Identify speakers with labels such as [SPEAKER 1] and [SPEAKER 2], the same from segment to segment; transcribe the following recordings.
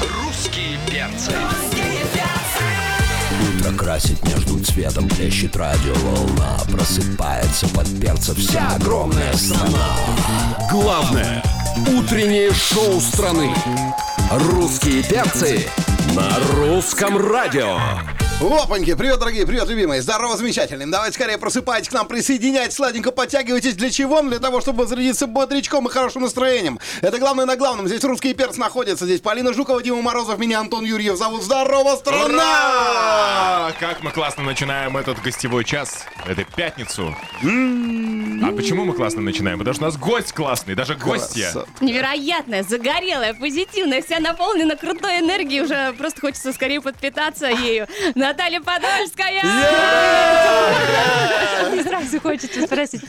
[SPEAKER 1] Русские перцы.
[SPEAKER 2] Утро красит между цветом Плещет радиоволна Просыпается под перца Вся огромная страна
[SPEAKER 3] Главное утреннее шоу страны.
[SPEAKER 2] Русские перцы
[SPEAKER 3] На русском радио.
[SPEAKER 4] Опаньки, привет, дорогие, привет, любимые, здорово, замечательные. Давайте скорее просыпайтесь к нам, присоединяйтесь, сладенько подтягивайтесь. Для чего? Для того, чтобы возрядиться бодрячком и хорошим настроением. Это главное на главном. Здесь русский перц находится. Здесь Полина Жукова, Дима Морозов, меня Антон Юрьев зовут. Здорово, страна!
[SPEAKER 5] А, Как мы классно начинаем этот гостевой час, эту пятницу. А почему мы классно начинаем? Потому что у нас гость классный, даже гостья.
[SPEAKER 4] Красота.
[SPEAKER 6] Невероятная, загорелая, позитивная, вся наполнена крутой энергией, уже просто хочется скорее подпитаться ею. Наталья Подольская!
[SPEAKER 7] И сразу хочется спросить,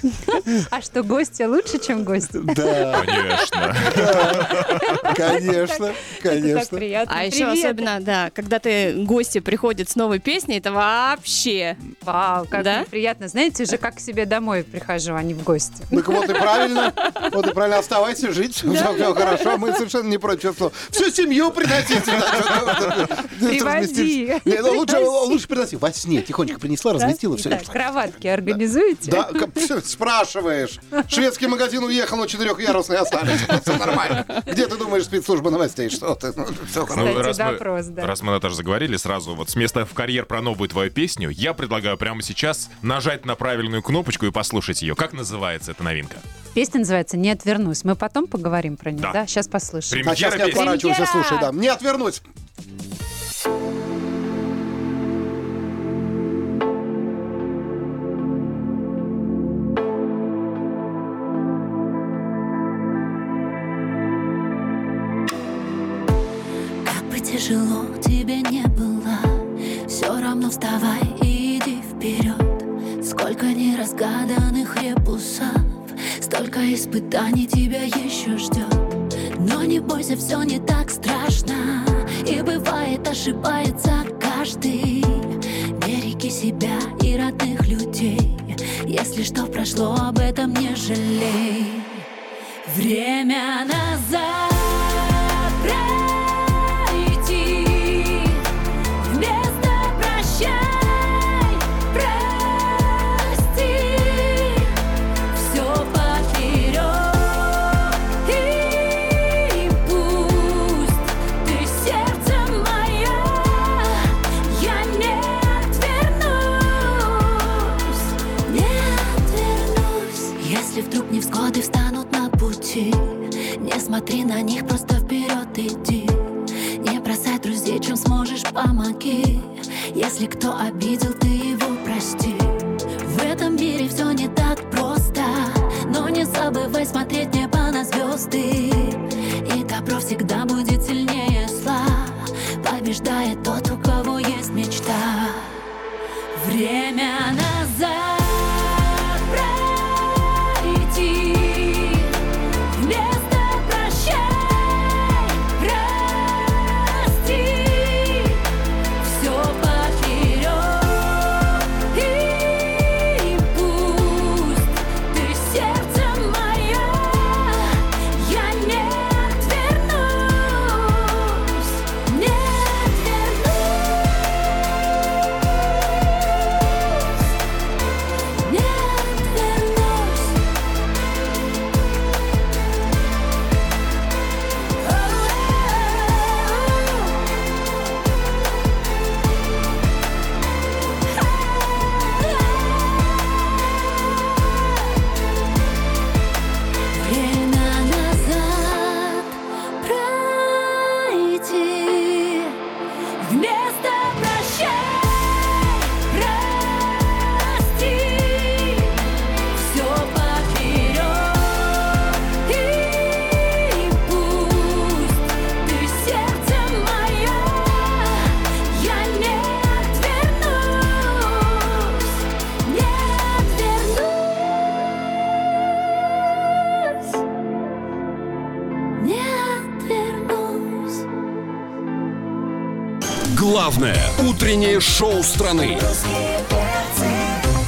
[SPEAKER 7] а что, гости лучше, чем гости?
[SPEAKER 4] Да,
[SPEAKER 5] Конечно.
[SPEAKER 4] конечно,
[SPEAKER 7] Так
[SPEAKER 4] конечно.
[SPEAKER 7] приятно.
[SPEAKER 6] А еще
[SPEAKER 7] Привет.
[SPEAKER 6] особенно, да, когда ты гости приходят с новой песней, это вообще.
[SPEAKER 7] Вау, как
[SPEAKER 6] Да?
[SPEAKER 7] мне приятно. Знаете же, как к себе домой прихожу, а не в гости.
[SPEAKER 4] Ну вот и правильно, вот и правильно, оставайся жить, все, хорошо, мы совершенно не против, что всю семью приносите. да, что-
[SPEAKER 7] Приводи.
[SPEAKER 4] разместились. Не, ну, Лучше,
[SPEAKER 7] Приноси.
[SPEAKER 4] лучше приноси, во сне, тихонечко принесла, разместила, все.
[SPEAKER 7] Итак, кроватки организуете?
[SPEAKER 4] Да, к- пф, спрашиваешь. Шведский магазин уехал, но четырехъярусные остались. Все нормально. Где ты думаешь, спецслужба новостей? Что ты? Ну, всё хорошо.
[SPEAKER 7] Кстати,
[SPEAKER 5] мы-
[SPEAKER 7] допрос, да.
[SPEAKER 5] раз мы, Наташа, заговорили сразу вот с места в карьер про новую твою песню, я предлагаю прямо сейчас нажать на правильную кнопочку и послушать ее. Как называется эта новинка?
[SPEAKER 7] Песня называется «Не отвернусь». Мы потом поговорим про нее,
[SPEAKER 5] Да.
[SPEAKER 7] да? Сейчас послушаем.
[SPEAKER 4] А сейчас
[SPEAKER 5] Премьера
[SPEAKER 4] не
[SPEAKER 5] песни.
[SPEAKER 4] отворачивайся,
[SPEAKER 6] Премьера!
[SPEAKER 4] слушай, да. Не отвернуть.
[SPEAKER 8] Как бы тяжело тебе не было, все равно вставай и иди вперед. Сколько неразгаданных ребусов, столько испытаний тебя еще ждет. Но не бойся, все не так страшно, и бывает ошибается каждый. Не реки себя и родных людей, если что прошло, об этом не жалей. Время назад пройти Вместо прощай Прости Все поперед И пусть ты сердце мое Я не отвернусь Не отвернусь Если вдруг невзгоды встанут на пути Не смотри на них, просто вперед иди Не бросай друзей, чем сможешь, помоги Если кто обидел, ты его прости В этом мире все не так просто Но не забывай смотреть небо на звезды И добро всегда будет сильнее зла Побеждает тот, у кого есть мечта Время назад пройти Вместо прощай Прости Все поперед И пусть ты сердце мое Я не отвернусь Не отвернусь Не отвернусь Время назад пройти Вместо прощай Прости Все поперед И пусть ты сердце мое Я не отвернусь Не отвернусь Не отвернусь
[SPEAKER 3] Главное утреннее шоу страны.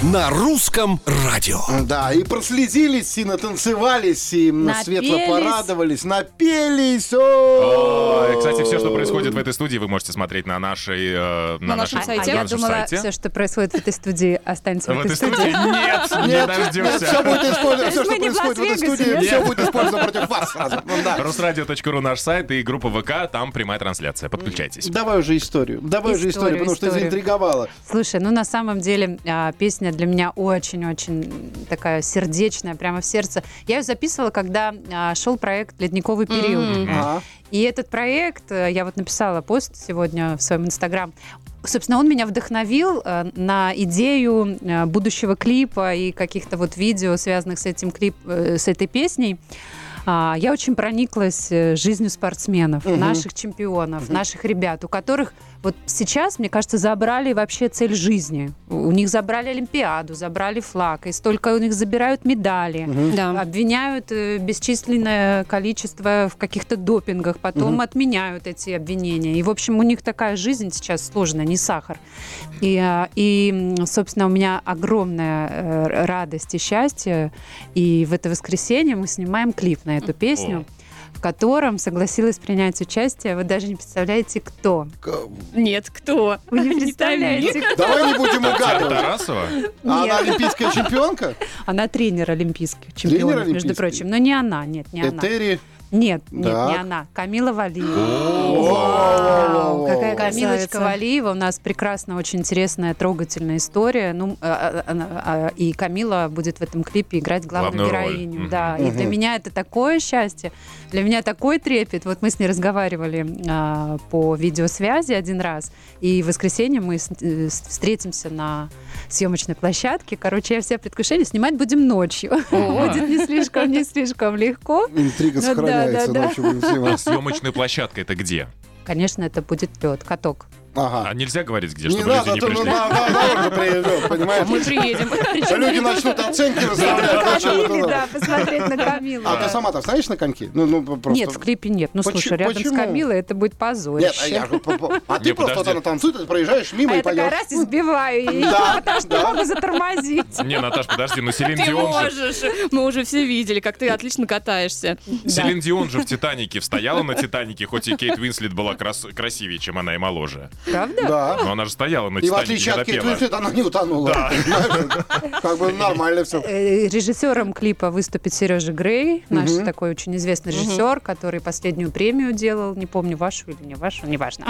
[SPEAKER 2] на русском радио.
[SPEAKER 4] Да, и прослезились, и натанцевались, и м,
[SPEAKER 6] Напелись.
[SPEAKER 4] светло порадовались, напелись. о
[SPEAKER 5] Э, Кстати, все, что происходит в этой студии, вы можете смотреть на нашей э, на
[SPEAKER 6] На
[SPEAKER 5] нашем
[SPEAKER 6] нашем
[SPEAKER 7] А, а
[SPEAKER 6] сайте.
[SPEAKER 5] на
[SPEAKER 7] я
[SPEAKER 5] нашем
[SPEAKER 7] думала,
[SPEAKER 5] сайте.
[SPEAKER 7] все, что происходит в этой студии, останется
[SPEAKER 5] В этой студии нет, не
[SPEAKER 4] Нет, нет,
[SPEAKER 5] дождешься.
[SPEAKER 4] все будет использовано,
[SPEAKER 6] То
[SPEAKER 4] все,
[SPEAKER 6] есть
[SPEAKER 4] что
[SPEAKER 6] мы не в
[SPEAKER 4] происходит в этой
[SPEAKER 6] Лас-Вегасе,
[SPEAKER 4] студии,
[SPEAKER 6] нет?
[SPEAKER 4] все будет использовано против вас сразу. Ну да.
[SPEAKER 5] Русрадио.ру наш сайт и группа ВК, там прямая трансляция. Подключайтесь.
[SPEAKER 4] Давай уже историю. Давай уже историю,
[SPEAKER 7] Историю,
[SPEAKER 4] потому что
[SPEAKER 7] историю.
[SPEAKER 4] заинтриговала.
[SPEAKER 7] Слушай, ну на самом деле а, песня для меня очень-очень такая сердечная, прямо в сердце. Я ее записывала, когда а, шел проект «Ледниковый период».
[SPEAKER 4] Ага.
[SPEAKER 7] И этот проект, э, я вот написала пост сегодня в своем инстаграм, Собственно, он меня вдохновил э, на идею э, будущего клипа и каких-то вот видео, связанных с этим клип, э, с этой песней. А, Я очень прониклась э, жизнью спортсменов, наших чемпионов, наших ребят, у которых вот сейчас, мне кажется, забрали вообще цель жизни. У у них забрали Олимпиаду, забрали флаг, и столько у них забирают медали
[SPEAKER 6] Да.
[SPEAKER 7] обвиняют э, бесчисленное количество в каких-то допингах, потом отменяют эти обвинения. И, в общем, у них такая жизнь сейчас сложная, не сахар. И, а, и м, собственно, у меня огромная э, радость и счастье. И в это воскресенье мы снимаем клип на эту песню. в котором согласилась принять участие, вы даже не представляете, кто.
[SPEAKER 6] Нет, кто?
[SPEAKER 7] Вы не
[SPEAKER 6] Не
[SPEAKER 7] представляете,
[SPEAKER 6] томи.
[SPEAKER 4] Давай не будем
[SPEAKER 5] Татьяна
[SPEAKER 4] угадывать.
[SPEAKER 5] Тарасова?
[SPEAKER 4] А она
[SPEAKER 7] Нет.
[SPEAKER 4] олимпийская чемпионка?
[SPEAKER 7] Она тренер олимпийских чемпионов,
[SPEAKER 4] олимпийский?
[SPEAKER 7] между прочим. Но не она, нет, не она.
[SPEAKER 4] Этери.
[SPEAKER 7] Нет, нет, не
[SPEAKER 4] Так.
[SPEAKER 7] она. Камила Валиева.
[SPEAKER 4] Вау,
[SPEAKER 7] Какая
[SPEAKER 6] красавица.
[SPEAKER 7] Камилочка Валиева. У нас прекрасная, очень интересная, трогательная история. Ну, а, а, а, а, и Камила будет в этом клипе играть главную,
[SPEAKER 5] Главную роль.
[SPEAKER 7] героиню.
[SPEAKER 5] Мгм.
[SPEAKER 7] Да. И для меня это такое счастье. Для меня такой трепет. Вот мы с ней разговаривали а, по видеосвязи один раз. И в воскресенье мы с- э, с- встретимся на съемочной площадке. Короче, я все предвкушение снимать будем ночью. Будет не слишком, не слишком легко.
[SPEAKER 4] Интрига
[SPEAKER 7] Ну да,
[SPEAKER 4] сохраняется,
[SPEAKER 7] да, да.
[SPEAKER 4] ночью будем снимать.
[SPEAKER 5] Съемочная площадка это где?
[SPEAKER 7] Конечно, это будет лед, каток.
[SPEAKER 5] А
[SPEAKER 4] Ага.
[SPEAKER 5] нельзя говорить, где,
[SPEAKER 4] Не
[SPEAKER 5] чтобы люди
[SPEAKER 4] надо,
[SPEAKER 5] не
[SPEAKER 4] то
[SPEAKER 5] пришли?
[SPEAKER 4] на на- на орду приезжал,
[SPEAKER 6] А Мы
[SPEAKER 4] понимаешь?
[SPEAKER 6] приедем.
[SPEAKER 4] А Люди начнут оценки разработать. Зачем это
[SPEAKER 7] Камиле,
[SPEAKER 4] надо?
[SPEAKER 7] да, посмотреть на Камилу.
[SPEAKER 4] А ты сама-то встанешь на коньки? Ну, ну, просто...
[SPEAKER 7] Нет, в клипе нет. Ну,
[SPEAKER 4] Почему-
[SPEAKER 7] слушай, рядом
[SPEAKER 4] почему?
[SPEAKER 7] с Камилой это будет
[SPEAKER 4] Нет,
[SPEAKER 7] позорище.
[SPEAKER 4] а я же... по- по- А ты
[SPEAKER 5] Не,
[SPEAKER 4] просто вот
[SPEAKER 5] подожди.
[SPEAKER 4] она танцует, а ты проезжаешь мимо
[SPEAKER 7] А
[SPEAKER 4] и
[SPEAKER 7] я такая
[SPEAKER 4] пойдешь.
[SPEAKER 7] раз и сбиваю ее,
[SPEAKER 4] Да,
[SPEAKER 7] потому что
[SPEAKER 4] да.
[SPEAKER 7] могу затормозить.
[SPEAKER 5] Не, Наташ, подожди, ну Селин
[SPEAKER 6] Ты
[SPEAKER 5] Дион же...
[SPEAKER 6] можешь. Мы уже все видели, как ты отлично катаешься.
[SPEAKER 5] Селин Дион же в «Титанике» встояла на «Титанике», хоть и Кейт Уинслет была крас- красивее, чем она и моложе.
[SPEAKER 7] Правда?
[SPEAKER 4] Да.
[SPEAKER 5] Но она же стояла на
[SPEAKER 4] И в
[SPEAKER 5] «Титанике»,
[SPEAKER 4] отличие
[SPEAKER 5] когда
[SPEAKER 4] от Кейт
[SPEAKER 5] пела.
[SPEAKER 4] Уинслет, она не утонула. Понимаешь? Как бы нормально все.
[SPEAKER 7] Э, Режиссером клипа выступит Сережа Грей, наш такой очень известный режиссер, который последнюю премию делал, не помню, вашу или не вашу, неважно.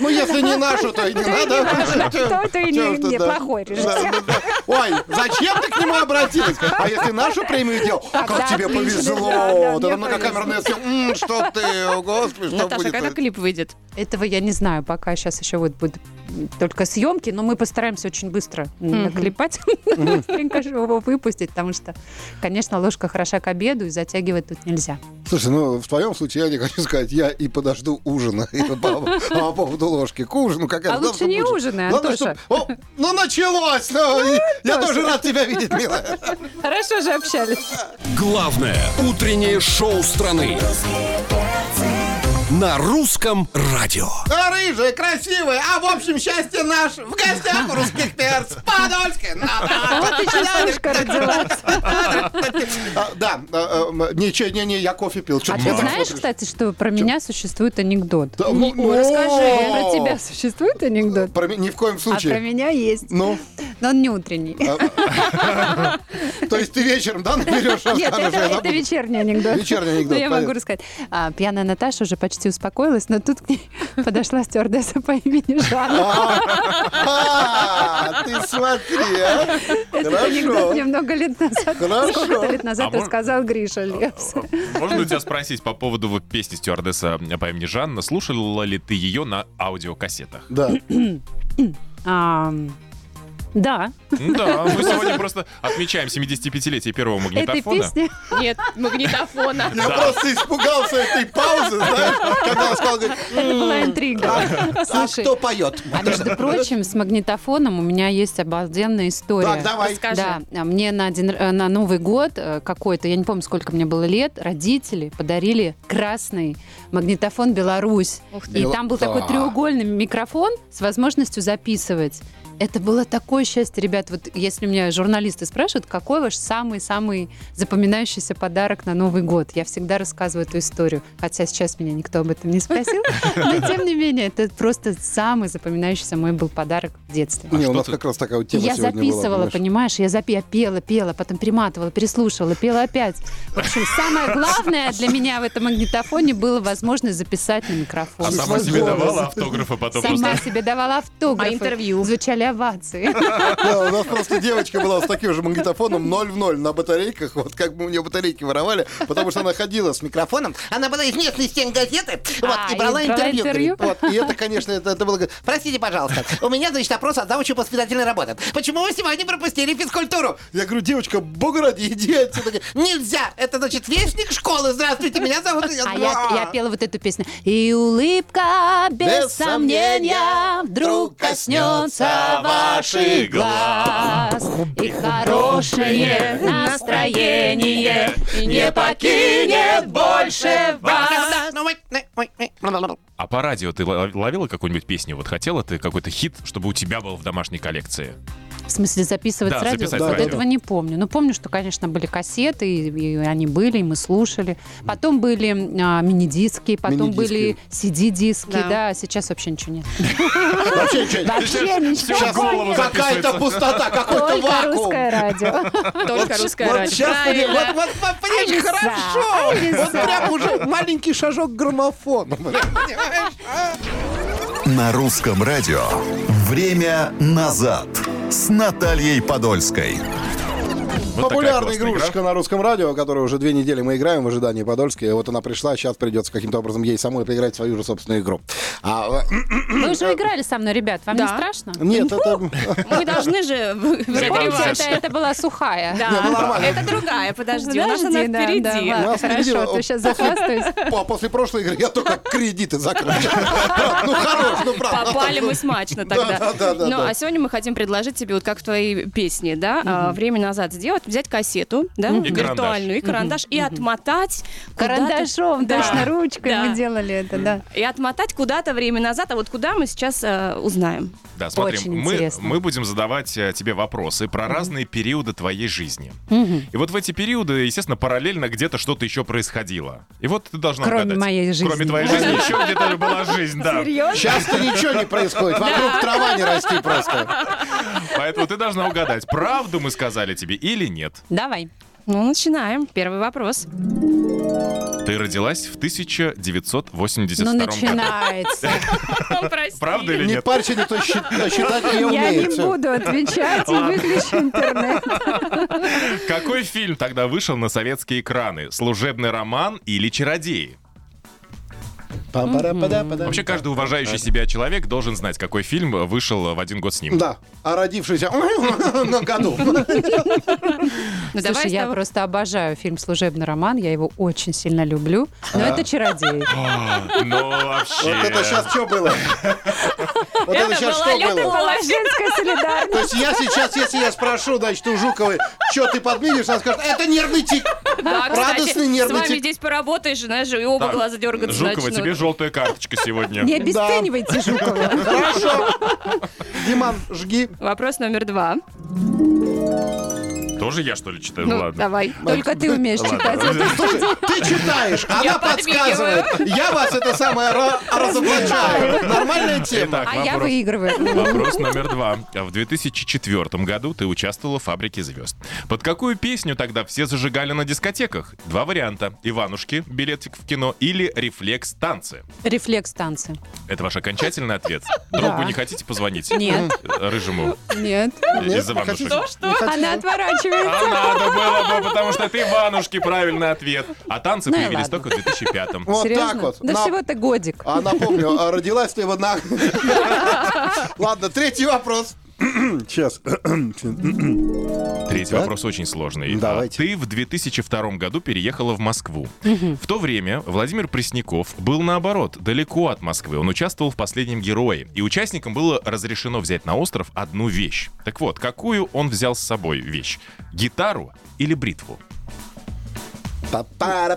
[SPEAKER 4] Ну, если не нашу, то и не надо.
[SPEAKER 7] То- то и не-
[SPEAKER 4] Чё ж ты,
[SPEAKER 7] не
[SPEAKER 4] да.
[SPEAKER 7] плохой режиссер.
[SPEAKER 4] Да, да, да. Ой, зачем ты к нему обратилась? А если нашу премию делал? А как
[SPEAKER 7] Тогда
[SPEAKER 4] тебе
[SPEAKER 7] отлично, да, да,
[SPEAKER 4] повезло.
[SPEAKER 7] мне
[SPEAKER 4] Да, многокамерная съемка. М, Что ты, о, господи, что
[SPEAKER 6] Наташа, когда
[SPEAKER 4] Ну, будет?
[SPEAKER 6] клип выйдет?
[SPEAKER 7] Этого я не знаю, пока сейчас еще вот будут м, только съемки, но мы постараемся очень быстро м, наклепать, быстренько же его выпустить, потому что, конечно, ложка хороша к обеду и затягивать тут нельзя.
[SPEAKER 4] Слушай, ну в твоем случае я не хочу сказать, я и подожду ужина. И по- А по поводу ложки к ужину какая
[SPEAKER 7] А лучше не ужинай, Антоша.
[SPEAKER 4] Ну началось! Ну, Я тоже рад тебя видеть, милая.
[SPEAKER 7] Хорошо же общались.
[SPEAKER 2] Главное утреннее шоу страны на русском радио.
[SPEAKER 4] А рыжая, красивая, а в общем счастье наш в гостях у русских перц. Подольская.
[SPEAKER 7] Вот и частушка родилась.
[SPEAKER 4] А, Да, а, а, м, ничего, не, не, я кофе пил. Чё
[SPEAKER 7] А ты
[SPEAKER 4] ты так
[SPEAKER 7] знаешь,
[SPEAKER 4] смотришь?
[SPEAKER 7] кстати, что про меня существует анекдот?
[SPEAKER 4] Да, ну,
[SPEAKER 7] Ну, Расскажи,
[SPEAKER 4] ну.
[SPEAKER 7] про тебя существует анекдот?
[SPEAKER 4] Про ми- Ни в коем
[SPEAKER 7] А про
[SPEAKER 4] случае.
[SPEAKER 7] меня есть,
[SPEAKER 4] Ну,
[SPEAKER 7] но он не утренний.
[SPEAKER 4] то есть ты вечером, да, наберешь? расскажешь,
[SPEAKER 7] Нет, это,
[SPEAKER 4] я
[SPEAKER 7] это
[SPEAKER 4] забыл.
[SPEAKER 7] вечерний анекдот.
[SPEAKER 4] Вечерний анекдот,
[SPEAKER 7] Ну, я
[SPEAKER 4] понятно.
[SPEAKER 7] могу рассказать. А, пьяная Наташа уже почти успокоилась, но тут к ней подошла стюардесса по имени Жанна.
[SPEAKER 4] А, Ты смотри, а.
[SPEAKER 7] Этот анекдот мне
[SPEAKER 4] Хорошо.
[SPEAKER 7] много лет назад, сколько-то
[SPEAKER 4] Хорошо.
[SPEAKER 7] лет назад
[SPEAKER 5] А мож-
[SPEAKER 7] рассказал Гриша Лепс.
[SPEAKER 5] Можно у тебя спросить по поводу вот песни стюардесса по имени Жанна? Слушала ли ты ее на аудиокассетах?
[SPEAKER 4] Да.
[SPEAKER 5] а.
[SPEAKER 7] Ам, Да,
[SPEAKER 5] Да, мы сегодня просто отмечаем 75-летие первого
[SPEAKER 7] этой
[SPEAKER 5] магнитофона.
[SPEAKER 7] песни
[SPEAKER 6] Нет, магнитофона.
[SPEAKER 4] Я просто испугался этой паузы, знаешь, когда он сказал, говорит,
[SPEAKER 7] это была интрига.
[SPEAKER 4] а
[SPEAKER 7] Слушай,
[SPEAKER 4] кто поет?
[SPEAKER 7] а между прочим, с магнитофоном у меня есть обалденная история.
[SPEAKER 4] Так, давай.
[SPEAKER 6] Расскажи.
[SPEAKER 7] Да, а мне на, один, э, на Новый год э, какой-то, я не помню, сколько мне было лет, родители подарили красный магнитофон «Беларусь».
[SPEAKER 6] Ух
[SPEAKER 7] И там был
[SPEAKER 4] Да.
[SPEAKER 7] такой треугольный микрофон с возможностью записывать. Это было такое счастье, ребят. Вот если меня журналисты спрашивают, какой ваш самый-самый запоминающийся подарок на Новый год, я всегда рассказываю эту историю. Хотя сейчас меня никто об этом не спросил. Но тем не менее, это просто самый запоминающийся мой был подарок в детстве.
[SPEAKER 4] Не, у
[SPEAKER 5] А что
[SPEAKER 4] нас
[SPEAKER 5] ты-
[SPEAKER 4] как раз такая вот тема
[SPEAKER 7] я
[SPEAKER 4] сегодня
[SPEAKER 7] записывала,
[SPEAKER 4] была, понимаешь?
[SPEAKER 7] понимаешь, я, запи- я пела, пела, потом перематывала, переслушивала, пела опять. В общем, самое главное для меня в этом магнитофоне было возможность записать на микрофон.
[SPEAKER 5] А сама
[SPEAKER 7] свой
[SPEAKER 5] себе
[SPEAKER 7] голос.
[SPEAKER 5] давала автографы потом
[SPEAKER 7] Сама
[SPEAKER 5] просто.
[SPEAKER 7] себе давала автографы.
[SPEAKER 6] А интервью?
[SPEAKER 7] Звучали овации.
[SPEAKER 4] Да, у нас просто девочка была с таким же магнитофоном 0 в 0 на батарейках, вот как бы у нее батарейки воровали, потому что она ходила с микрофоном, она была из местной стен газеты, вот,
[SPEAKER 7] А,
[SPEAKER 4] и брала
[SPEAKER 7] и брала
[SPEAKER 4] интервью.
[SPEAKER 7] интервью?
[SPEAKER 4] говорит. Вот, и это, конечно, это, это было... Простите, пожалуйста, у меня, значит, опрос от научно-воспитательной работы. Почему вы сегодня пропустили физкультуру? Я говорю, девочка, бога ради, иди отсюда. Нельзя, это, значит, вестник школы, здравствуйте, меня зовут...
[SPEAKER 7] А я, я пела вот эту песню. И улыбка без,
[SPEAKER 4] Без
[SPEAKER 7] сомнения
[SPEAKER 4] сомнения
[SPEAKER 7] вдруг коснется ваших глаз. И хорошее настроение не покинет больше вас.
[SPEAKER 5] А по радио ты ло- ловила какую-нибудь песню? Вот хотела ты какой-то хит, чтобы у тебя был в домашней коллекции?
[SPEAKER 7] В смысле записывать
[SPEAKER 5] Да,
[SPEAKER 7] с радио?
[SPEAKER 5] записать
[SPEAKER 4] с
[SPEAKER 7] вот
[SPEAKER 4] радио.
[SPEAKER 7] этого не помню. Но помню, что, конечно, были кассеты, и, и они были, и мы слушали. Потом были а, мини-диски, потом
[SPEAKER 4] Мини-диски.
[SPEAKER 7] были CD-диски,
[SPEAKER 6] Да.
[SPEAKER 7] да. сейчас вообще ничего нет.
[SPEAKER 4] Вообще ничего нет.
[SPEAKER 7] Вообще ничего
[SPEAKER 5] всё в голову
[SPEAKER 7] нет.
[SPEAKER 4] Какая-то
[SPEAKER 5] записывается.
[SPEAKER 4] пустота, какой-то
[SPEAKER 7] Только
[SPEAKER 4] вакуум.
[SPEAKER 7] русское радио.
[SPEAKER 6] Только русское
[SPEAKER 4] вот
[SPEAKER 6] радио.
[SPEAKER 4] щас пони-
[SPEAKER 6] Правильно.
[SPEAKER 4] вот, вот, вот, понимаешь,
[SPEAKER 7] Алиса,
[SPEAKER 4] хорошо.
[SPEAKER 7] Алиса.
[SPEAKER 4] Вот прям уже маленький шажок к граммофону.
[SPEAKER 1] На русском радио «Время назад» с Натальей Подольской.
[SPEAKER 5] Вот такая
[SPEAKER 4] Популярная
[SPEAKER 5] классная
[SPEAKER 4] игрушечка
[SPEAKER 5] игра.
[SPEAKER 4] на русском радио, которую уже две недели мы играем в ожидании Подольской. Вот она пришла, сейчас придется каким-то образом ей самой поиграть в свою же собственную игру. А, э,
[SPEAKER 7] Вы уже играли со мной, ребят, вам не
[SPEAKER 6] Да.
[SPEAKER 7] страшно?
[SPEAKER 4] нет,
[SPEAKER 5] Ну?
[SPEAKER 4] это...
[SPEAKER 6] Мы должны же... вы-
[SPEAKER 7] Вы помните,
[SPEAKER 5] Ребята,
[SPEAKER 6] понимаете,
[SPEAKER 7] это, это была сухая.
[SPEAKER 6] Да, это другая, подожди, у нас она
[SPEAKER 7] Подожди, да, да,
[SPEAKER 6] впереди.
[SPEAKER 7] ладно,
[SPEAKER 4] У нас впереди,
[SPEAKER 7] Хорошо,
[SPEAKER 4] а-
[SPEAKER 7] ты сейчас захвастаюсь.
[SPEAKER 4] По- После прошлой игры я только кредиты закрыл. Ну, хорош, ну, правда.
[SPEAKER 6] Попали мы смачно тогда.
[SPEAKER 4] Да, да, да,
[SPEAKER 6] Ну,
[SPEAKER 4] да.
[SPEAKER 6] а сегодня мы хотим предложить тебе, вот как в твоей песне, да, а, время назад сделать, взять кассету, да,
[SPEAKER 5] И
[SPEAKER 6] виртуальную, и карандаш, и отмотать куда-то-
[SPEAKER 7] Карандашом,
[SPEAKER 6] Да.
[SPEAKER 7] точно, ручкой
[SPEAKER 6] Да.
[SPEAKER 7] мы делали это, да.
[SPEAKER 6] И отмотать куда-то время назад, а вот куда мы сейчас э, узнаем.
[SPEAKER 5] Да, смотри,
[SPEAKER 7] Очень
[SPEAKER 5] мы,
[SPEAKER 7] интересно.
[SPEAKER 5] мы будем задавать э, тебе вопросы про разные периоды твоей жизни. И вот в эти периоды, естественно, параллельно где-то что-то еще происходило. И вот ты должна
[SPEAKER 7] Кроме
[SPEAKER 5] угадать.
[SPEAKER 7] моей жизни.
[SPEAKER 5] Кроме твоей жизни еще где-то была жизнь, да.
[SPEAKER 4] Часто ничего не происходит, вокруг трава не расти просто.
[SPEAKER 5] Поэтому ты должна угадать, правду мы сказали тебе или нет.
[SPEAKER 7] Давай.
[SPEAKER 6] Ну, начинаем. Первый вопрос.
[SPEAKER 5] Ты родилась в 1982
[SPEAKER 7] Ну,
[SPEAKER 5] году.
[SPEAKER 7] начинается.
[SPEAKER 6] Прости.
[SPEAKER 5] Правда или
[SPEAKER 4] Не
[SPEAKER 5] нет?
[SPEAKER 4] парься, никто щи- э, считать не
[SPEAKER 7] Я не
[SPEAKER 4] умеет. Всё.
[SPEAKER 7] буду отвечать и выключу интернет.
[SPEAKER 5] Какой фильм тогда вышел на советские экраны? «Служебный роман» или «Чародеи»?
[SPEAKER 4] Пам-пара-пада-пада.
[SPEAKER 5] Вообще каждый уважающий себя человек должен знать, какой фильм вышел в один год с ним.
[SPEAKER 4] Да, а родившийся на году.
[SPEAKER 6] Ну,
[SPEAKER 7] Слушай,
[SPEAKER 6] давай с
[SPEAKER 7] я
[SPEAKER 6] того-
[SPEAKER 7] просто обожаю фильм «Служебный роман», я его очень сильно люблю, но это «Чародей».
[SPEAKER 5] Ну, вообще.
[SPEAKER 4] Вот это сейчас что было? Вот это сейчас
[SPEAKER 6] была
[SPEAKER 4] что
[SPEAKER 6] лютая
[SPEAKER 4] было?
[SPEAKER 6] была-
[SPEAKER 7] Женская солидарность.
[SPEAKER 4] То есть я сейчас, если я спрошу, значит, у Жуковой, что ты подменишь, она скажет, это нервный тик.
[SPEAKER 6] Да, кстати,
[SPEAKER 4] Радостный нервный
[SPEAKER 6] С вами
[SPEAKER 4] тик.
[SPEAKER 6] здесь поработаешь, знаешь, и оба
[SPEAKER 5] Так,
[SPEAKER 6] глаза дергаться
[SPEAKER 5] Жукова,
[SPEAKER 6] начнут.
[SPEAKER 5] тебе желтая карточка сегодня.
[SPEAKER 7] Не обесценивайте Жукова.
[SPEAKER 4] Хорошо. Диман, жги.
[SPEAKER 6] Вопрос номер
[SPEAKER 5] Ну
[SPEAKER 6] два.
[SPEAKER 5] Тоже я, что ли, читаю?
[SPEAKER 6] Ну,
[SPEAKER 5] Ладно.
[SPEAKER 6] давай.
[SPEAKER 7] Только ты умеешь читать.
[SPEAKER 4] Слушай, ты читаешь, она подсказывает. Я вас это самое ра- разоблачаю. Нормальная тема.
[SPEAKER 5] Итак,
[SPEAKER 7] А я
[SPEAKER 5] вопрос.
[SPEAKER 7] выигрываю.
[SPEAKER 5] Вопрос номер два. В 2004 году ты участвовала в «Фабрике звезд». Под какую песню тогда все зажигали на дискотеках? Два варианта. «Иванушки», «Билетик в кино» или «Рефлекс танцы».
[SPEAKER 7] Рефлекс танцы.
[SPEAKER 5] Это ваш окончательный ответ. Другу
[SPEAKER 7] Да.
[SPEAKER 5] не хотите позвонить?
[SPEAKER 7] Нет.
[SPEAKER 5] Рыжему
[SPEAKER 7] Нет.
[SPEAKER 5] из «Иванушек».
[SPEAKER 4] хотите?
[SPEAKER 7] Она отворачивается.
[SPEAKER 5] А надо было бы, потому что ты «Иванушки» правильный ответ. А танцы
[SPEAKER 7] Ну и
[SPEAKER 5] появились
[SPEAKER 7] ладно. Ну,
[SPEAKER 5] только в 2005
[SPEAKER 4] Вот так
[SPEAKER 7] Серьезно?
[SPEAKER 4] вот.
[SPEAKER 7] Да
[SPEAKER 4] На-
[SPEAKER 7] всего-то годик.
[SPEAKER 4] А напомню, а родилась ты вот на... Ладно, третий вопрос. Сейчас.
[SPEAKER 5] Третий
[SPEAKER 4] Так.
[SPEAKER 5] вопрос очень сложный.
[SPEAKER 4] Давайте.
[SPEAKER 5] А, Ты в 2002 году переехала в Москву. В то время Владимир Пресняков был, наоборот, далеко от Москвы. Он участвовал в «Последнем герое». И участникам было разрешено взять на остров одну вещь. Так вот, какую он взял с собой вещь? Гитару или бритву?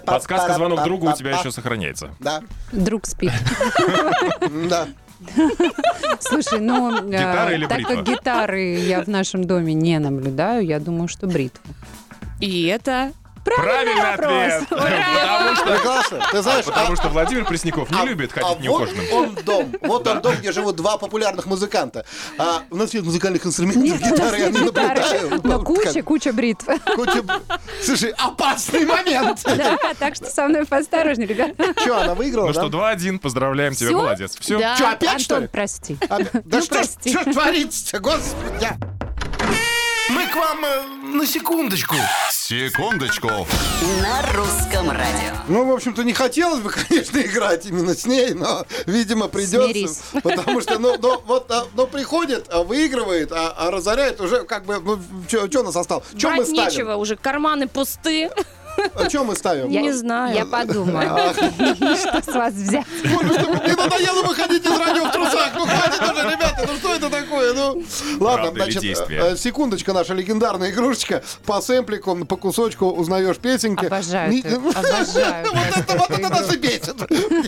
[SPEAKER 5] Подсказка, звонок другу у тебя еще сохраняется.
[SPEAKER 4] Да,
[SPEAKER 7] Друг спит.
[SPEAKER 4] да.
[SPEAKER 7] Слушай, ну, э,
[SPEAKER 5] Гитара или
[SPEAKER 7] так
[SPEAKER 5] бритва?
[SPEAKER 7] как гитары я в нашем доме не наблюдаю, я думаю, что бритва.
[SPEAKER 6] И это...
[SPEAKER 5] Правильный
[SPEAKER 7] вопрос.
[SPEAKER 5] ответ! Потому что-
[SPEAKER 4] Прекрасно. Ты знаешь,
[SPEAKER 5] Потому
[SPEAKER 4] а-
[SPEAKER 5] что Владимир Пресняков не любит
[SPEAKER 4] а
[SPEAKER 5] ходить
[SPEAKER 4] вот
[SPEAKER 5] неухоженным.
[SPEAKER 4] он дом. Вот он дом, где живут два популярных музыканта. А у нас нет музыкальных инструментов, гитары я не
[SPEAKER 7] Гитары.
[SPEAKER 4] наблюдаю.
[SPEAKER 7] Но
[SPEAKER 4] Как-
[SPEAKER 7] куча, куча бритв.
[SPEAKER 4] куча- Слушай, опасный момент.
[SPEAKER 7] Да, так что со мной поосторожнее, ребят.
[SPEAKER 4] Че, она выиграла,
[SPEAKER 5] Ну что,
[SPEAKER 4] да?
[SPEAKER 5] 2-1, поздравляем тебя,
[SPEAKER 6] Всё?
[SPEAKER 5] молодец. Все.
[SPEAKER 6] Да.
[SPEAKER 4] Че, опять что
[SPEAKER 7] Антон,
[SPEAKER 4] ли?
[SPEAKER 7] прости.
[SPEAKER 4] А, Да что
[SPEAKER 7] Ну,
[SPEAKER 4] ж
[SPEAKER 7] прости.
[SPEAKER 4] что ж творится-то, господи.
[SPEAKER 9] Мы к вам э, на секундочку.
[SPEAKER 1] Секундочку.
[SPEAKER 10] На русском радио.
[SPEAKER 4] Ну, в общем-то, не хотелось бы, конечно, играть именно с ней, но, видимо, придется.
[SPEAKER 7] Смирись.
[SPEAKER 4] Потому что, ну, ну, вот, а, ну, приходит, а, выигрывает, а, а разоряет уже, как бы, ну, что нас осталось? Чем мы
[SPEAKER 6] брать
[SPEAKER 4] ставим?
[SPEAKER 6] нечего уже, карманы пусты.
[SPEAKER 4] А чё мы ставим?
[SPEAKER 6] Не знаю.
[SPEAKER 7] Я подумаю, что с вас взять.
[SPEAKER 4] Боже, Ну, чтобы мне надоело выходить из радио в трусах. Ну, хватит уже, ребята, ну что это такое? Ну, ладно,
[SPEAKER 5] Правда или
[SPEAKER 4] значит,
[SPEAKER 5] действие?
[SPEAKER 4] э, э, секундочка наша легендарная игрушечка. По сэмплику, по кусочку узнаешь песенки.
[SPEAKER 7] Обожаю
[SPEAKER 4] Не-
[SPEAKER 7] это, обожаю
[SPEAKER 4] Вот это вот это нас и бесит.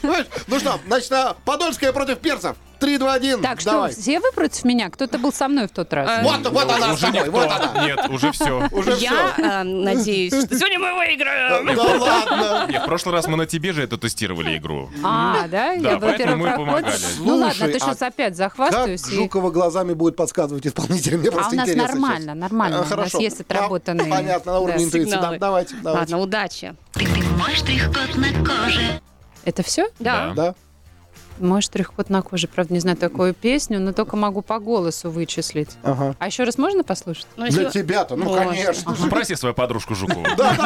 [SPEAKER 4] Понимаешь? Ну что, значит, а, Подольская против перцев. 3, 2, 1.
[SPEAKER 7] Так, что,
[SPEAKER 4] Давай. А.
[SPEAKER 7] все вы против меня? Кто-то был со мной в тот раз.
[SPEAKER 4] Вот, вот она с
[SPEAKER 5] Уже
[SPEAKER 4] тобой, вот она.
[SPEAKER 5] никто. Нет, уже все.
[SPEAKER 4] Уже
[SPEAKER 6] Я
[SPEAKER 4] все.
[SPEAKER 6] э, надеюсь, что сегодня мы выиграем.
[SPEAKER 4] Да ладно.
[SPEAKER 5] Нет, в прошлый раз мы на тебе же это тестировали игру.
[SPEAKER 7] А, да? Я
[SPEAKER 5] поэтому
[SPEAKER 7] была
[SPEAKER 5] мы и
[SPEAKER 7] первопроходцем.
[SPEAKER 5] помогали.
[SPEAKER 7] Ну ладно,
[SPEAKER 4] Слушай,
[SPEAKER 7] ты
[SPEAKER 4] а
[SPEAKER 7] сейчас опять
[SPEAKER 4] Как
[SPEAKER 7] захвастаюсь. и-
[SPEAKER 4] Жукова глазами будет подсказывать исполнитель? Мне
[SPEAKER 7] А
[SPEAKER 4] просто
[SPEAKER 7] у нас
[SPEAKER 4] интересно
[SPEAKER 7] нормально,
[SPEAKER 4] сейчас.
[SPEAKER 7] нормально.
[SPEAKER 4] А,
[SPEAKER 7] У нас
[SPEAKER 4] хорошо.
[SPEAKER 7] есть
[SPEAKER 4] Да,
[SPEAKER 7] отработанные.
[SPEAKER 4] Понятно, на уровне
[SPEAKER 7] да.
[SPEAKER 4] интуиции. Да,
[SPEAKER 6] сигналы.
[SPEAKER 4] Давайте, давайте.
[SPEAKER 6] Ладно, удачи.
[SPEAKER 8] Мой штрих-код на коже.
[SPEAKER 7] Это все?
[SPEAKER 6] Да.
[SPEAKER 4] Да?
[SPEAKER 7] Мой штрих-код на коже. Правда, не знаю такую песню, но только могу по голосу вычислить.
[SPEAKER 4] Ага.
[SPEAKER 7] А еще раз можно послушать?
[SPEAKER 6] Ну,
[SPEAKER 4] Для
[SPEAKER 6] если-
[SPEAKER 4] тебя-то, ну,
[SPEAKER 6] Боже.
[SPEAKER 4] конечно.
[SPEAKER 5] Спроси свою подружку Жукову.
[SPEAKER 4] Да,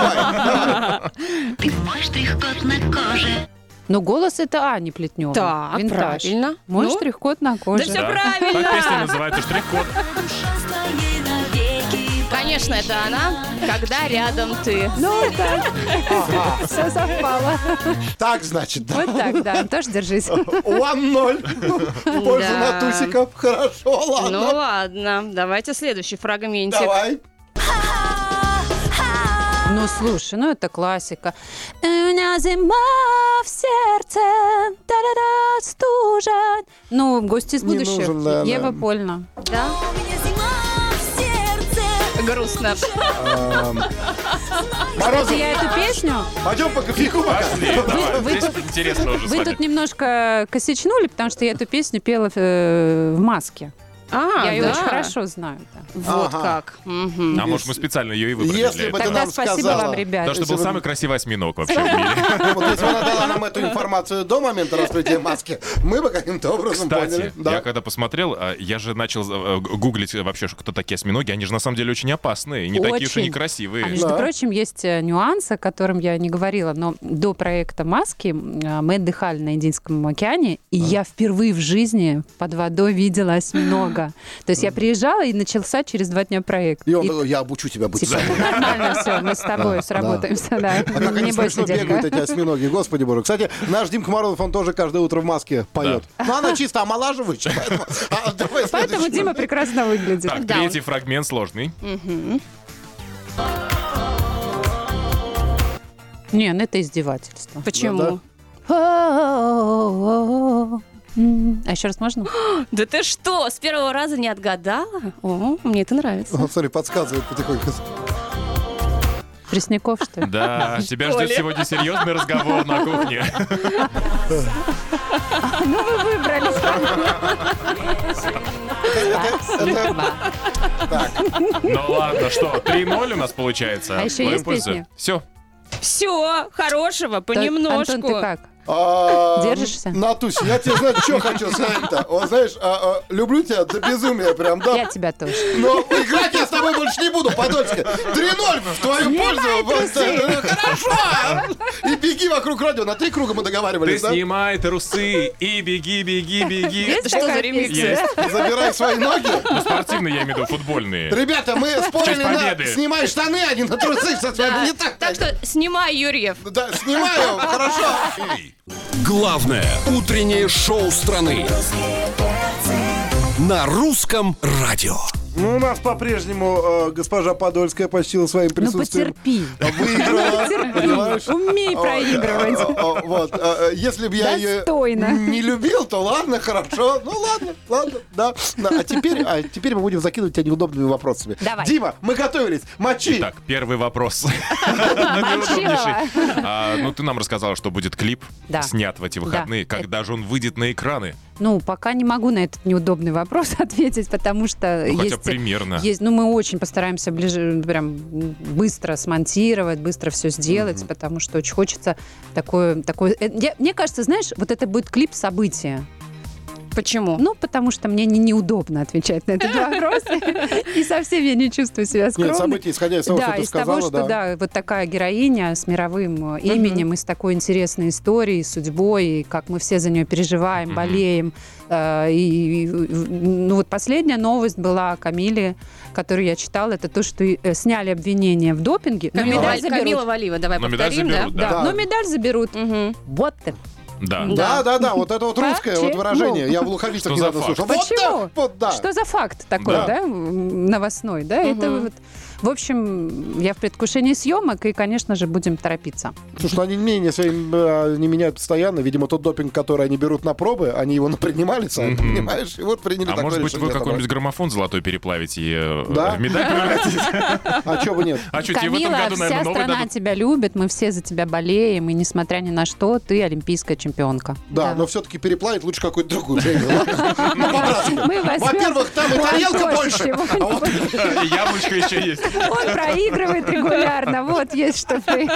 [SPEAKER 4] давай.
[SPEAKER 8] Мой штрих-код на коже.
[SPEAKER 7] Но голос это Ани Плетнева.
[SPEAKER 6] Так,
[SPEAKER 7] Винтаж.
[SPEAKER 6] правильно.
[SPEAKER 7] Мой
[SPEAKER 6] Ну?
[SPEAKER 7] штрих-код на
[SPEAKER 6] Да
[SPEAKER 7] коже.
[SPEAKER 6] все
[SPEAKER 5] Как песня
[SPEAKER 6] правильно.
[SPEAKER 5] называется? Штрих-код.
[SPEAKER 8] Душа с твоей навеки.
[SPEAKER 6] Конечно, это она, когда рядом ты.
[SPEAKER 7] Ну да, все совпало.
[SPEAKER 4] Так, значит, да.
[SPEAKER 7] Вот так, да. Тоже держись.
[SPEAKER 4] 1-0. В пользу
[SPEAKER 6] Да.
[SPEAKER 4] натусиков. Хорошо,
[SPEAKER 6] Ну
[SPEAKER 4] ладно.
[SPEAKER 6] ладно, давайте следующий фрагментик.
[SPEAKER 4] Давай.
[SPEAKER 7] Ну слушай, ну это классика. У меня зима в сердце, та-да-да, стужа. Ну, гости из
[SPEAKER 4] Не
[SPEAKER 7] будущего.
[SPEAKER 4] нужен, да,
[SPEAKER 7] Ева
[SPEAKER 4] да.
[SPEAKER 7] Польна.
[SPEAKER 6] Да?
[SPEAKER 8] У меня зима в сердце.
[SPEAKER 6] Грустно.
[SPEAKER 4] Морозов,
[SPEAKER 7] Я эту песню
[SPEAKER 4] пойдем по кофейку пока.
[SPEAKER 5] Пошли, давай.
[SPEAKER 7] вы
[SPEAKER 5] Здесь
[SPEAKER 7] тут-
[SPEAKER 5] интересно уже с
[SPEAKER 7] Вы
[SPEAKER 5] вами.
[SPEAKER 7] тут немножко косячнули, потому что я эту песню пела э, в маске.
[SPEAKER 6] А,
[SPEAKER 7] я ее
[SPEAKER 6] да.
[SPEAKER 7] очень хорошо знаю. да.
[SPEAKER 6] Вот
[SPEAKER 4] Ага.
[SPEAKER 6] как. Мгм.
[SPEAKER 5] А может, мы специально ее и выбрали
[SPEAKER 4] Если
[SPEAKER 5] для
[SPEAKER 4] бы
[SPEAKER 5] этого?
[SPEAKER 4] ты
[SPEAKER 7] Тогда
[SPEAKER 4] нам
[SPEAKER 7] спасибо
[SPEAKER 4] сказала.
[SPEAKER 7] вам, ребят.
[SPEAKER 5] Потому что был
[SPEAKER 4] если бы-
[SPEAKER 5] самый красивый осьминог вообще в мире.
[SPEAKER 4] Вот если бы она дала нам эту информацию до момента раскрытия маски, мы бы каким-то образом
[SPEAKER 5] Кстати,
[SPEAKER 4] поняли. Да.
[SPEAKER 5] я когда посмотрел, а, я же начал э, г- гуглить э, вообще, что кто такие осьминоги. Они же на самом деле очень опасные, не такие уж и
[SPEAKER 7] Очень. А
[SPEAKER 5] некрасивые.
[SPEAKER 7] между
[SPEAKER 4] Да.
[SPEAKER 7] прочим, есть э, нюанс, о котором я не говорила, но до проекта «Маски» м, э, мы отдыхали на Индийском океане, и я впервые в жизни под водой видела осьминога. То есть я приезжала, и начался через два дня проект.
[SPEAKER 4] И он
[SPEAKER 7] И
[SPEAKER 4] такой, я обучу тебя быть.
[SPEAKER 7] Типа, ну, нормально все, мы с тобой сработаемся, да.
[SPEAKER 4] А как они
[SPEAKER 7] Не бойся,
[SPEAKER 4] смешно бегают,
[SPEAKER 7] детка.
[SPEAKER 4] эти осьминоги, господи боже. Кстати, наш Дим Комаров, он тоже каждое утро в маске поет. Ну, она чисто омолаживающая, поэтому... А, давай
[SPEAKER 7] Поэтому
[SPEAKER 4] следующую.
[SPEAKER 7] Дима прекрасно выглядит.
[SPEAKER 5] Так,
[SPEAKER 6] Да,
[SPEAKER 5] третий фрагмент сложный.
[SPEAKER 7] Не, ну это издевательство.
[SPEAKER 4] Ну
[SPEAKER 6] Почему?
[SPEAKER 7] О-о-о-о. М. А еще раз можно?
[SPEAKER 6] Да ты что, с первого раза не отгадала? О, мне это нравится.
[SPEAKER 4] Он, смотри, подсказывает потихоньку.
[SPEAKER 7] Пресняков, что ли?
[SPEAKER 5] Да, тебя ждет
[SPEAKER 6] ли?
[SPEAKER 5] сегодня серьезный разговор на кухне.
[SPEAKER 7] Спасибо.
[SPEAKER 5] Ну ладно, что, 3-0 у нас получается.
[SPEAKER 7] А еще есть песни?
[SPEAKER 5] Все.
[SPEAKER 6] Все, хорошего,
[SPEAKER 7] Антон, ты
[SPEAKER 6] понемножку.
[SPEAKER 7] как?
[SPEAKER 4] А,
[SPEAKER 7] Держишься?
[SPEAKER 4] Натусь, я тебе, знаешь, что хочу сказать-то? Вот, знаешь, а, а, люблю тебя до безумия прям, да?
[SPEAKER 7] Я тебя тоже. Ну,
[SPEAKER 4] Но играть я с тобой больше не буду, Подольская. 3-0 в твою пользу. Вот, э, Хорошо! И беги вокруг радио. На три круга мы
[SPEAKER 5] Ты
[SPEAKER 4] договаривались, да?
[SPEAKER 5] снимай трусы и беги, беги, беги.
[SPEAKER 6] Это что за
[SPEAKER 7] такая
[SPEAKER 6] ремикс?
[SPEAKER 7] песня?
[SPEAKER 5] Есть.
[SPEAKER 4] Забирай свои ноги.
[SPEAKER 5] Ну, спортивные, я имею в виду, футбольные.
[SPEAKER 4] Ребята, мы спорили на
[SPEAKER 5] победы.
[SPEAKER 4] снимай штаны, а не на трусы со своими. Не так.
[SPEAKER 6] Так что снимай, Юрьев.
[SPEAKER 4] Да, снимаю, хорошо.
[SPEAKER 2] Главное утреннее шоу страны. На русском радио.
[SPEAKER 4] Ну, у нас по-прежнему э, госпожа Подольская почтила своим
[SPEAKER 7] Ну
[SPEAKER 4] присутствием.
[SPEAKER 7] потерпи.
[SPEAKER 4] А Выиграла, понимаешь?
[SPEAKER 7] Умей проигрывать.
[SPEAKER 4] О, о, Вот, э, э, если бы я ее
[SPEAKER 7] Достойно.
[SPEAKER 4] не любил, то ладно, хорошо, ну ладно, ладно, да. Да, А теперь, а теперь мы будем закидывать тебя неудобными вопросами.
[SPEAKER 7] Давай.
[SPEAKER 4] Дима, мы готовились, мочи.
[SPEAKER 5] Так, первый вопрос. Наиудобнейший. А, Ну, ты нам рассказала, что будет клип,
[SPEAKER 7] Да.
[SPEAKER 5] снят в эти выходные.
[SPEAKER 7] Это-
[SPEAKER 5] Когда же он выйдет на экраны?
[SPEAKER 7] Ну, пока не могу на этот неудобный вопрос ответить, потому что
[SPEAKER 5] Ну, Хотя
[SPEAKER 7] есть...
[SPEAKER 5] примерно.
[SPEAKER 7] Есть, ну, мы очень постараемся ближе, прям м, быстро смонтировать, быстро все сделать, потому что очень хочется такое... такое... э, я- мне кажется, знаешь, вот это будет клип события.
[SPEAKER 6] Почему?
[SPEAKER 7] Ну, потому что мне не, неудобно отвечать на этот вопрос. И совсем я не чувствую себя
[SPEAKER 4] Нет,
[SPEAKER 7] скромной.
[SPEAKER 4] события, исходя из того, что
[SPEAKER 7] Да,
[SPEAKER 4] ты
[SPEAKER 7] из того,
[SPEAKER 4] сказала,
[SPEAKER 7] что,
[SPEAKER 4] да.
[SPEAKER 7] да, вот такая героиня с мировым э, именем и с такой интересной историей, судьбой, и как мы все за нее переживаем, болеем. Э, И, и, ну вот последняя новость была о Камиле, которую я читала, это то, что э, сняли обвинение в допинге, но
[SPEAKER 6] Камила,
[SPEAKER 7] медаль
[SPEAKER 6] Валь-
[SPEAKER 7] заберут.
[SPEAKER 6] Камила Валиева, давай
[SPEAKER 5] Но медаль
[SPEAKER 6] повторим,
[SPEAKER 5] заберут, да.
[SPEAKER 7] Да,
[SPEAKER 4] Да.
[SPEAKER 7] но медаль заберут.
[SPEAKER 6] Мгм.
[SPEAKER 7] Вот ты.
[SPEAKER 5] Да.
[SPEAKER 4] Да, да, да, вот это вот
[SPEAKER 7] Почему?
[SPEAKER 4] русское вот выражение. Я в луховицах
[SPEAKER 5] Что за
[SPEAKER 4] недавно
[SPEAKER 5] факт?
[SPEAKER 4] слушал. Вот
[SPEAKER 7] Почему?
[SPEAKER 4] да, вот да.
[SPEAKER 7] Ну. Что за факт такой,
[SPEAKER 5] Да.
[SPEAKER 7] да, м, новостной, да? Это
[SPEAKER 6] Мгм.
[SPEAKER 7] вот. В общем, я в предвкушении съемок и, конечно же, будем торопиться.
[SPEAKER 4] Потому что они мнение своим э, не меняют постоянно. Видимо, тот допинг, который они берут на пробы, они его напринимали сами,
[SPEAKER 5] Мгм.
[SPEAKER 4] понимаешь? И вот приняли
[SPEAKER 5] А
[SPEAKER 4] такое
[SPEAKER 5] может быть, вы
[SPEAKER 4] решение
[SPEAKER 5] какой-нибудь граммофон золотой переплавите и э,
[SPEAKER 4] Да.
[SPEAKER 5] в медаль превратите?
[SPEAKER 4] собрать. А чего бы нет?
[SPEAKER 5] А что, тебе в этом
[SPEAKER 7] Камила,
[SPEAKER 5] году,
[SPEAKER 7] вся
[SPEAKER 5] наверное, новый
[SPEAKER 7] страна
[SPEAKER 5] дадут?
[SPEAKER 7] тебя любит, мы все за тебя болеем, и несмотря ни на что, ты олимпийская чемпионка.
[SPEAKER 4] Да,
[SPEAKER 6] Да.
[SPEAKER 4] но все-таки переплавить лучше какую-то другую премию, ладно? Ну, по-братски.
[SPEAKER 7] Мы возьмем
[SPEAKER 4] Во-первых, там и тарелка
[SPEAKER 7] Антошича,
[SPEAKER 4] больше.
[SPEAKER 7] вот.
[SPEAKER 4] А вот
[SPEAKER 5] И Яблочко еще есть.
[SPEAKER 7] Он проигрывает регулярно, вот есть что ты.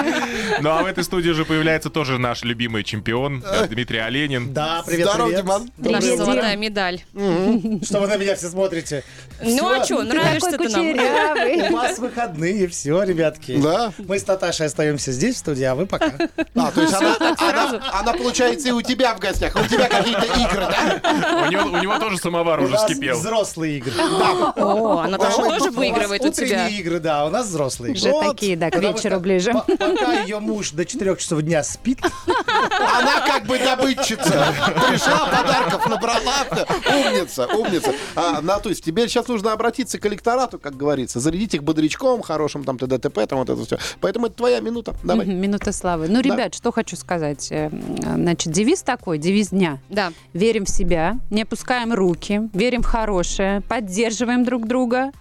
[SPEAKER 5] Ну а в этой студии же появляется тоже наш любимый чемпион э, Дмитрий Оленин.
[SPEAKER 11] Да, привет,
[SPEAKER 4] здорово,
[SPEAKER 11] привет.
[SPEAKER 4] Диман.
[SPEAKER 6] Наша
[SPEAKER 7] Привет,
[SPEAKER 6] золотая медаль.
[SPEAKER 11] Что вы на меня все смотрите?
[SPEAKER 6] Ну а что, нравишься
[SPEAKER 7] Такой
[SPEAKER 6] ты нам?
[SPEAKER 11] У
[SPEAKER 7] кучерявый.
[SPEAKER 11] вас выходные, все, ребятки.
[SPEAKER 4] Да.
[SPEAKER 11] Мы с Наташей остаемся здесь, в студии, а вы пока.
[SPEAKER 4] А, то есть она, она- она, получается, и у тебя в гостях, и у тебя какие-то игры, да?
[SPEAKER 5] У него, у него тоже самовар
[SPEAKER 11] У
[SPEAKER 5] уже
[SPEAKER 11] нас
[SPEAKER 5] вскипел.
[SPEAKER 11] взрослые игры.
[SPEAKER 6] О, она там
[SPEAKER 4] Ой,
[SPEAKER 6] тоже
[SPEAKER 4] у
[SPEAKER 6] выигрывает у тебя.
[SPEAKER 11] Утренние игры, да, у нас взрослые игры.
[SPEAKER 7] Уже такие, да, к
[SPEAKER 11] Потому
[SPEAKER 7] вечеру
[SPEAKER 11] что
[SPEAKER 7] ближе.
[SPEAKER 11] по- Пока ее муж до 4 часов дня спит,
[SPEAKER 4] Она как бы добытчица. Пришла, подарков набрала. Умница, умница. А, Натусь, тебе сейчас нужно обратиться к электорату, как говорится. Зарядить их бодрячком хорошим, там, ТДТП, там, вот это все. Поэтому это твоя минута. Давай.
[SPEAKER 7] Мгм, Минута славы. Ну, ребят, что хочу сказать. Э, м, Значит, девиз такой, девиз дня.
[SPEAKER 6] Да.
[SPEAKER 7] Верим в себя, не опускаем руки, верим в хорошее, поддерживаем друг друга.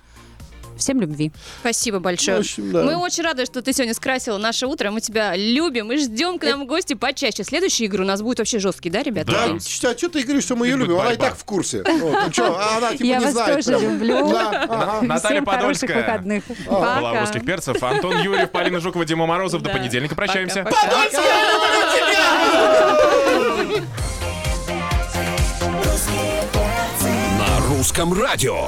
[SPEAKER 7] Всем любви.
[SPEAKER 6] Спасибо большое.
[SPEAKER 4] В общем, да.
[SPEAKER 6] Мы очень рады, что ты сегодня скрасила наше утро. Мы тебя любим и ждем к нам в гости почаще. Следующая игра у нас будет вообще жесткий, да, ребята?
[SPEAKER 5] Да.
[SPEAKER 4] Да, ч- а что ты говоришь, что мы ее
[SPEAKER 5] Это
[SPEAKER 4] любим? Она и
[SPEAKER 5] борьба.
[SPEAKER 4] так в курсе. Вот, чё, а она типа
[SPEAKER 7] Я
[SPEAKER 4] не
[SPEAKER 7] вас
[SPEAKER 4] знает
[SPEAKER 7] тоже
[SPEAKER 4] прям.
[SPEAKER 7] люблю.
[SPEAKER 4] Да, ага.
[SPEAKER 5] Наталья
[SPEAKER 7] Всем хороших
[SPEAKER 5] Подольская.
[SPEAKER 7] выходных.
[SPEAKER 5] Была русских перцев. Антон Юрьев, Полина Жукова, Дима Морозов. До
[SPEAKER 6] Да.
[SPEAKER 5] понедельника прощаемся.
[SPEAKER 6] Пока-пока.
[SPEAKER 2] На русском радио.